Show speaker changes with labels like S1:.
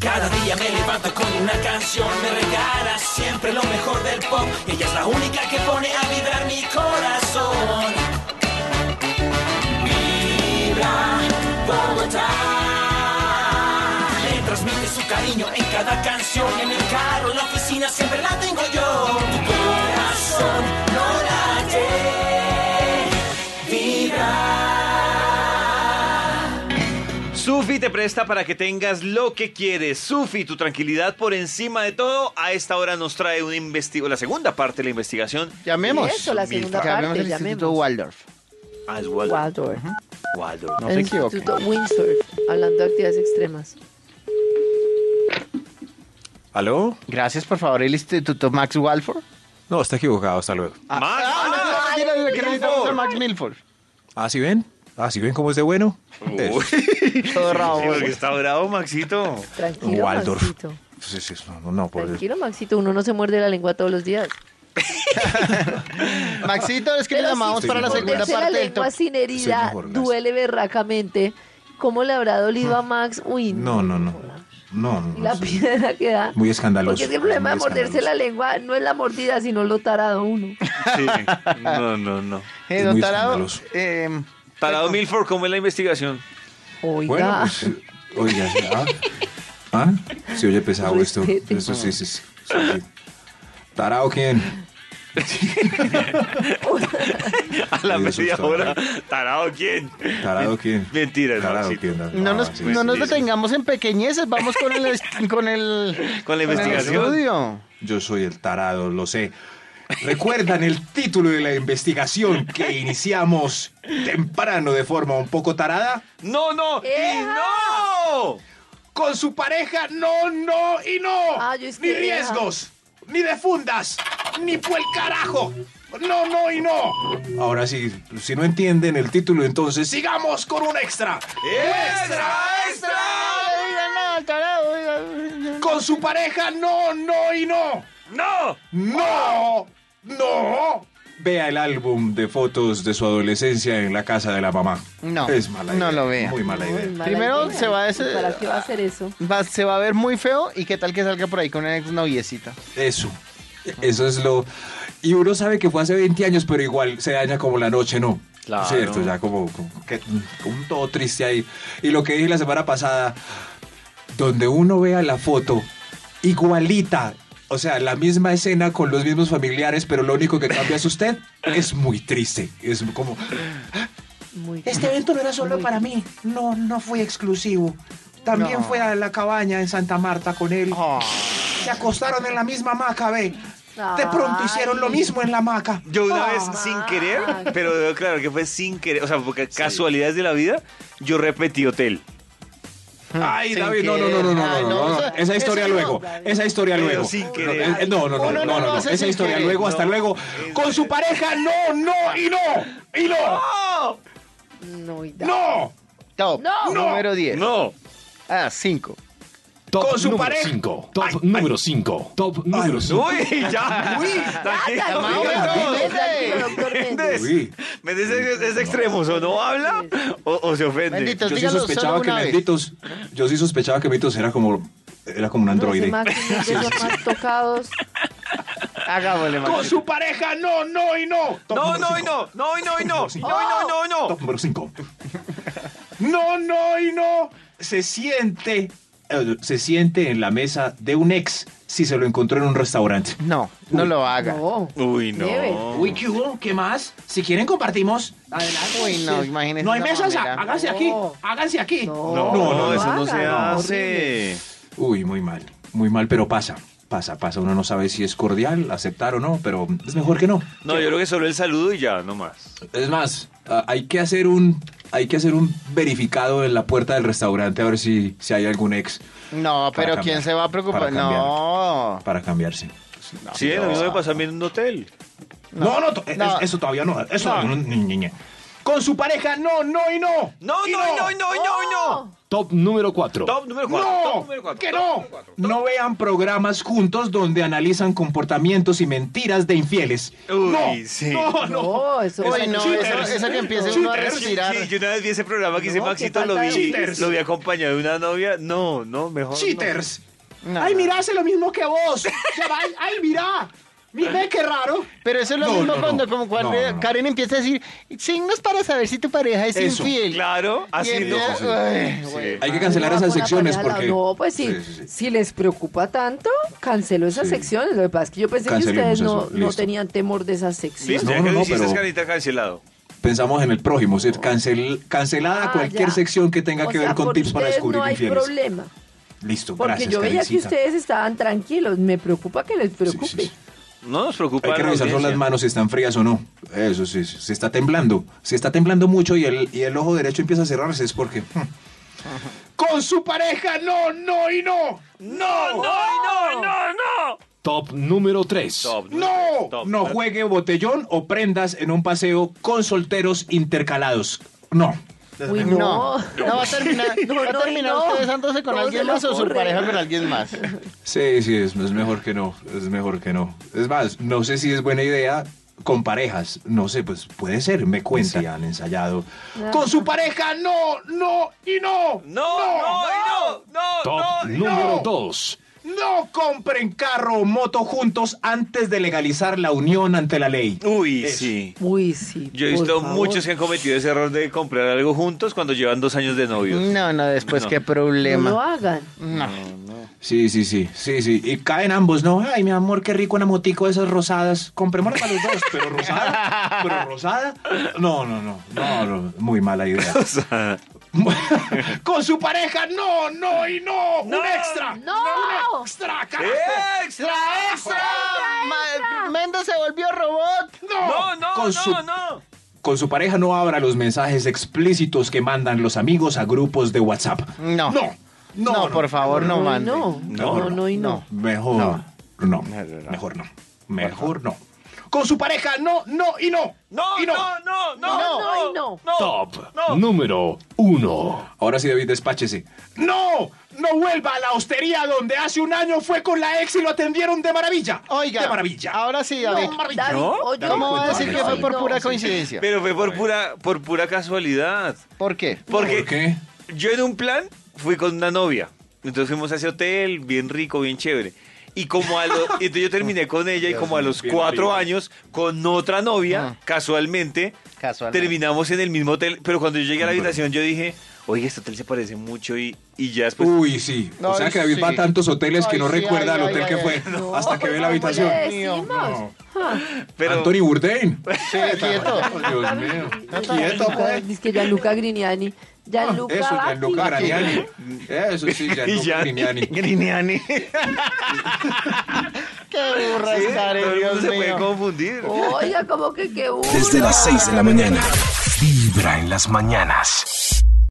S1: Cada día me levanto con una canción, me regala siempre lo mejor del pop. Ella es la única que pone a vibrar mi corazón. Vibra Bogotá. Le transmite su cariño en cada canción, en el carro, en la oficina, siempre la tengo yo. Tu corazón no late. Vibra.
S2: Sufi te presta para que tengas lo que quieres. Sufi, tu tranquilidad por encima de todo. A esta hora nos trae una investigo la segunda parte de la investigación.
S3: Llamemos.
S4: Eso, la segunda
S3: Llamemos
S4: parte,
S3: al Instituto
S4: llamemos.
S3: Waldorf.
S2: Ah, es Waldo.
S4: Waldorf.
S2: Waldo.
S3: No
S4: El
S3: se equivoque.
S4: Instituto Windsor, hablando de actividades extremas.
S5: ¿Aló?
S3: Gracias, por favor, el Instituto Max Walford.
S5: No, está equivocado, hasta luego.
S3: Ah,
S2: Max-
S3: ah, no,
S2: Max
S3: mentira, mentira, que necesitamos a Max Milford.
S5: Ah, ¿sí ven? Ah, ¿sí ven cómo es de bueno? Es-
S2: Uy, sí,
S3: Todo rabo.
S2: porque está bravo, Maxito.
S4: Tranquilo,
S5: Waldorf.
S4: Maxito.
S5: Sí, sí, no, no, no, por-
S4: Tranquilo, Maxito. Uno no se muerde la lengua todos los días.
S3: Maxito, es que le
S4: Pero
S3: llamamos
S4: sí,
S3: para la
S5: sí,
S3: segunda
S4: morderse
S3: parte
S4: la
S3: del top.
S4: lengua sin herida
S5: Estoy mejor, gracias.
S4: duele berracamente. ¿Cómo le habrá dolido a Max? Uy,
S5: Mm. no, no, no. No, no, no,
S4: La
S5: sí.
S4: piedra que da.
S5: Muy escandaloso.
S4: Porque es que el problema de
S5: muy
S4: morderse la
S5: escandaloso.
S4: lengua no es la mordida, sino lo tarado uno.
S2: Sí. No, no, no.
S3: Eh,
S5: Es
S3: don
S5: muy
S3: Tarado,
S5: escandaloso.
S3: eh,
S2: Tarado Milford, ¿cómo es la investigación?
S4: Oiga.
S5: Bueno, pues, eh, oiga, sí, ah, ah, se oye pesado esto.
S4: Respete.
S5: Esto sí, sí, sí. sí, sí. Tarao, ¿quién?
S2: A la
S5: Ay, Dios,
S2: media
S5: está
S2: hora. Tarado, ¿quién?
S5: Tarado, ¿quién?
S2: Mentira,
S5: Tarado,
S2: Maxito.
S5: ¿quién?
S3: no nos,
S5: Ah, sí,
S3: no
S5: sí,
S3: nos
S5: sí.
S3: detengamos en pequeñeces, vamos con el, est- con el,
S2: Con la
S3: con el
S2: investigación.
S3: estudio.
S5: Yo soy el tarado, lo sé. ¿Recuerdan el título de la investigación que iniciamos temprano de forma un poco tarada?
S2: No, no, y
S4: ¡Eja!
S2: no.
S5: Con su pareja, no, no y no.
S4: Ah, yo es
S5: ni
S4: que-
S5: riesgos, ni de fundas, ni por el carajo. No, no y no. Ahora sí, si no entienden el título, entonces sigamos con un extra. ¡Extra, extra!
S3: Oiga, no, el Tarado, oiga.
S5: Con su pareja, no, no y no.
S2: No.
S5: ¡No! ¡No! Vea el álbum de fotos de su adolescencia en la casa de la mamá.
S3: No,
S5: Es mala idea.
S3: no lo vea.
S5: Muy mala
S4: Muy
S5: idea.
S4: mala
S3: Primero
S4: idea.
S3: se va a ese-
S4: ¿Para qué va a hacer eso?
S3: Va- se va a ver muy feo y qué tal que salga por ahí con una exnoviecita.
S5: Eso. Eso es lo. Y uno sabe que fue hace 20 años, pero igual se daña como la noche, ¿no?
S2: Claro.
S5: Cierto, ya como, como que- como un todo triste ahí. Y lo que dije la semana pasada, donde uno vea la foto igualita, o sea, la misma escena con los mismos familiares, pero lo único que cambia es usted, es muy triste. Es como,
S4: Muy
S6: Este evento no era solo para mí, no, no fue exclusivo. También
S3: No. Oh,
S6: fue a la cabaña en Santa Marta con él. Se acostaron en la misma hamaca, ve. De pronto hicieron lo
S4: Ay.
S6: mismo en la hamaca.
S2: Yo una
S6: Ah,
S2: vez sin querer,
S4: Max.
S2: pero veo claro que fue sin querer, o sea, porque casualidades de la vida, yo repetí hotel.
S5: Ay,
S3: Sin
S5: David, no, no, no,
S3: querer.
S5: no, no,
S3: Ay,
S5: no, no,
S3: no,
S5: no,
S3: eso-
S5: Esa historia
S3: eso no,
S5: luego.
S4: David.
S5: Esa historia
S2: Pero
S5: luego.
S2: sin
S5: No,
S2: querer.
S5: eh, No, no, no,
S3: Uno
S5: no,
S3: no
S5: no,
S3: lo
S5: no.
S3: hace
S5: Esa
S3: sin
S5: historia
S3: querer.
S5: luego, hasta
S2: No.
S5: luego. Con su pareja, no, no, y no, y no,
S2: ¡No!
S4: No, oiga.
S5: no.
S3: Top
S4: No.
S3: número 10.
S2: ¡No!
S3: Ah, 5.
S5: Con su
S7: número
S5: pareja.
S7: cinco.
S5: Ay,
S7: Top número 5. Top número 5.
S2: ¡Uy! ¡Ya! ¡Uy!
S4: Ya,
S2: ¡Tranquilo!
S4: doctor
S3: Mauro,
S2: Mendes.
S4: Méndez,
S3: Méndez.
S4: tranquilo, doctor Méndez.
S5: Uy,
S2: Méndez es, es extremo, o no habla o, o se ofende.
S3: Bendito.
S5: yo sí
S3: dígalo solo
S5: sospechaba que
S3: una vez.
S5: Menditos, yo sí sospechaba que Menditos era como, era como un
S4: No, ese
S5: androide.
S4: Max y Méndez son más tocados.
S3: Hagámosle,
S5: Con
S3: Maxito.
S5: su pareja, no, no y no. Top
S2: No,
S5: número
S2: no, y
S5: cinco.
S2: no, no, y no, y no,
S5: Sí.
S2: no, y no, no, no.
S5: Top número 5. No, no y no. Se siente, eh, se siente en la mesa de un ex si se lo encontró en un restaurante.
S3: No, no lo haga.
S4: No.
S2: Uy,
S4: Nieve.
S2: no.
S6: Uy, ¿qué hubo? ¿Qué más? Si quieren compartimos. Adelante.
S3: Uy, no, imagínese
S6: No hay
S3: esa
S6: mesas,
S3: mamera.
S6: háganse
S4: No.
S6: aquí, háganse aquí.
S4: No,
S2: No,
S5: no,
S2: no,
S5: no
S2: eso no
S4: haga,
S2: se
S4: horrible.
S2: hace.
S5: Uy, muy mal, muy mal, pero pasa. Pasa, pasa. Uno no sabe si es cordial, aceptar o no, pero es mejor que no.
S2: No, yo creo que solo el saludo y ya, no más.
S5: Es más, ah, hay que hacer un hay que hacer un verificado en la puerta del restaurante a ver si, si hay algún ex
S3: No,
S5: Para
S3: pero
S5: cambiar,
S3: ¿quién se va a preocupar?
S5: para cambiar.
S3: No.
S5: para cambiarse.
S2: Sí, lo mismo me pasó a mí en un hotel.
S5: No, no, to- es-
S3: No.
S5: eso todavía no. Eso todavía no. ni- ni- ni. Con su pareja, no, no y no.
S2: No, no,
S5: Y
S2: y no, y no, y no, y no.
S7: Top número 4.
S2: Top número 4.
S6: ¡No! ¡Que no! No vean programas juntos donde analizan comportamientos y mentiras de infieles.
S2: Uy,
S6: no,
S2: sí.
S6: no, no.
S4: No, eso
S3: Uy, no, eso,
S6: cheaters.
S3: eso que empiece uno a
S6: Cheaters.
S3: respirar.
S2: Sí, yo una vez vi ese programa que hice
S4: No,
S2: Maxito,
S4: qué
S2: lo
S4: falta de
S2: vi,
S6: cheaters.
S2: lo vi acompañado de una novia. No, no, mejor. no.
S6: Cheaters.
S3: No.
S6: Ay, mira, hace lo mismo que vos. Ya va, ay, ay, mira. Mira, qué raro.
S3: Pero eso es lo
S5: No,
S3: mismo
S5: no, no.
S3: cuando como cuando
S5: No, no, no.
S3: Karen empieza a decir signos para saber si tu pareja es
S5: Eso,
S3: infiel.
S2: Claro,
S3: Y ah,
S2: así no. pues
S3: empieza-
S5: sí.
S3: Ay,
S2: Sí.
S3: güey.
S5: Hay que cancelar
S4: No,
S5: esas
S4: con la
S5: secciones
S4: pareja,
S5: porque.
S4: No, pues sí,
S5: Sí, sí, sí.
S4: si les preocupa tanto, canceló esas
S5: Sí.
S4: secciones. Lo que pasa es que yo pensé
S5: Cancelemos
S4: que ustedes no,
S5: eso,
S4: no
S5: listo.
S4: tenían temor de esas secciones.
S2: Listo,
S5: No,
S2: ya
S5: no,
S2: que lo
S5: no,
S2: hiciste,
S5: pero-
S2: Carita, cancelado.
S5: Pensamos en el prójimo, es decir, cancel- cancelada
S4: Ah,
S5: cualquier
S4: ya.
S5: sección que tenga
S4: O
S5: que
S4: sea,
S5: ver con
S4: por
S5: tips para
S4: ustedes
S5: descubrir
S4: no hay
S5: infieles.
S4: problema.
S5: Listo,
S4: Porque
S5: gracias.
S4: yo veía que
S5: Karencita.
S4: ustedes estaban tranquilos. Me preocupa que les
S5: Sí,
S4: preocupe.
S5: sí, sí.
S2: No nos preocupa.
S5: Hay que
S2: la
S5: revisar solo
S2: audiencia.
S5: las manos si están frías o no. Eso sí, sí, se está temblando. Si está temblando mucho y el, y el ojo derecho empieza a cerrarse es porque... hmm,
S6: Con su pareja, no, no y no. No, no.
S7: Top número 3.
S2: Top,
S6: No,
S2: top.
S5: No juegue botellón o prendas en un paseo con solteros intercalados. No.
S4: Uy,
S3: No.
S4: no.
S3: No. va a terminar,
S4: No,
S3: va a
S4: no,
S3: terminar
S4: no.
S3: usted besándose con
S4: No se
S3: alguien
S4: le
S3: más o su
S4: ocurre.
S3: pareja con alguien más.
S5: Sí, sí, es, es mejor que no. Es mejor que no. Es más, no sé si es buena idea con parejas. No sé, pues puede ser. Me cuentan, han ensayado.
S6: Con su pareja, no, no y no.
S2: No, no, y no, no,
S7: Top
S2: no.
S7: número 2.
S6: No compren carro o moto juntos antes de legalizar la unión ante la ley.
S2: Uy, sí.
S4: Uy, sí.
S2: Yo he
S4: por
S2: visto
S4: favor.
S2: muchos que han cometido ese error de comprar algo juntos cuando llevan dos años de novios.
S3: No, no, después
S2: No.
S3: qué
S4: No lo
S3: problema.
S4: hagan.
S5: Sí, sí, sí, sí, sí. Y caen ambos, ¿no? Ay, mi amor, qué rico una motico de esas rosadas. Comprémosla para los dos, pero rosada. Pero rosada. No, no, no. No, no, muy mala idea.
S6: Con su pareja, no, no y no. Un extra.
S4: No.
S6: Un extra, carajo.
S2: ¡Extra, extra!
S3: Ma- Mendo se volvió robot.
S2: No, no,
S5: Con
S2: no,
S5: su-
S2: no.
S5: Con su pareja no abra los mensajes explícitos que mandan los amigos a grupos de WhatsApp.
S3: No.
S5: No. No,
S3: No, por favor, no,
S4: y
S3: mande.
S4: No,
S5: No,
S4: no, no y no.
S5: Mejor no. Mejor no. Mejor no.
S6: Con su pareja, no, no y no.
S2: No,
S6: y no.
S2: no, no, no,
S4: No, no, y no.
S7: Top
S2: no.
S7: número 1.
S5: Ahora sí, David, despáchese.
S6: No, no vuelva a la hostería donde hace un año fue con la ex y lo atendieron de maravilla.
S3: Oiga,
S6: De maravilla.
S3: ahora sí, David.
S4: David,
S2: ¿No?
S4: o yo-
S3: ¿Cómo va a decir
S4: David,
S3: que fue
S4: no.
S3: por pura coincidencia?
S2: Pero fue por pura, por pura casualidad.
S3: ¿Por qué?
S2: Porque
S5: ¿Por qué?
S2: yo en un plan fui con una novia. Entonces fuimos a ese hotel, bien rico, bien chévere. Y como a los, entonces yo terminé con ella y como a los
S5: bien
S2: cuatro
S5: arriba.
S2: años, con otra novia,
S3: Ah.
S2: casualmente,
S3: Casualmente.
S2: terminamos en el mismo hotel. Pero cuando yo llegué a la habitación, yo dije, oye, este hotel se parece mucho y, y ya después...
S5: Uy, sí. o sea
S3: Ay,
S5: que David va a
S3: sí.
S5: tantos hoteles que
S3: Ay,
S5: no
S3: sí,
S5: recuerda
S3: ay, ay,
S5: al hotel
S3: ay,
S5: que
S3: ay.
S5: fue
S4: No,
S5: hasta que ve la
S4: ¿cómo le
S5: habitación.
S4: decimos?
S2: pero,
S5: Anthony Bourdain.
S3: Sí, quieto.
S5: Dios mío. Quieto, pues. Ah,
S4: Dice que Gianluca Grignani. Gianluca
S5: Eso,
S4: Bacchi.
S5: Gianluca Graniani. Eso sí,
S2: Y ya.
S5: Gianluca Graniani.
S3: Griniani. Qué burra
S2: Sí, todo
S3: estar,
S2: el mundo
S3: Dios
S2: se puede
S3: mío. Uh,
S2: confundir.
S4: Oiga, como que qué burro.
S8: Desde las 6 de la mañana. Vibra en las mañanas.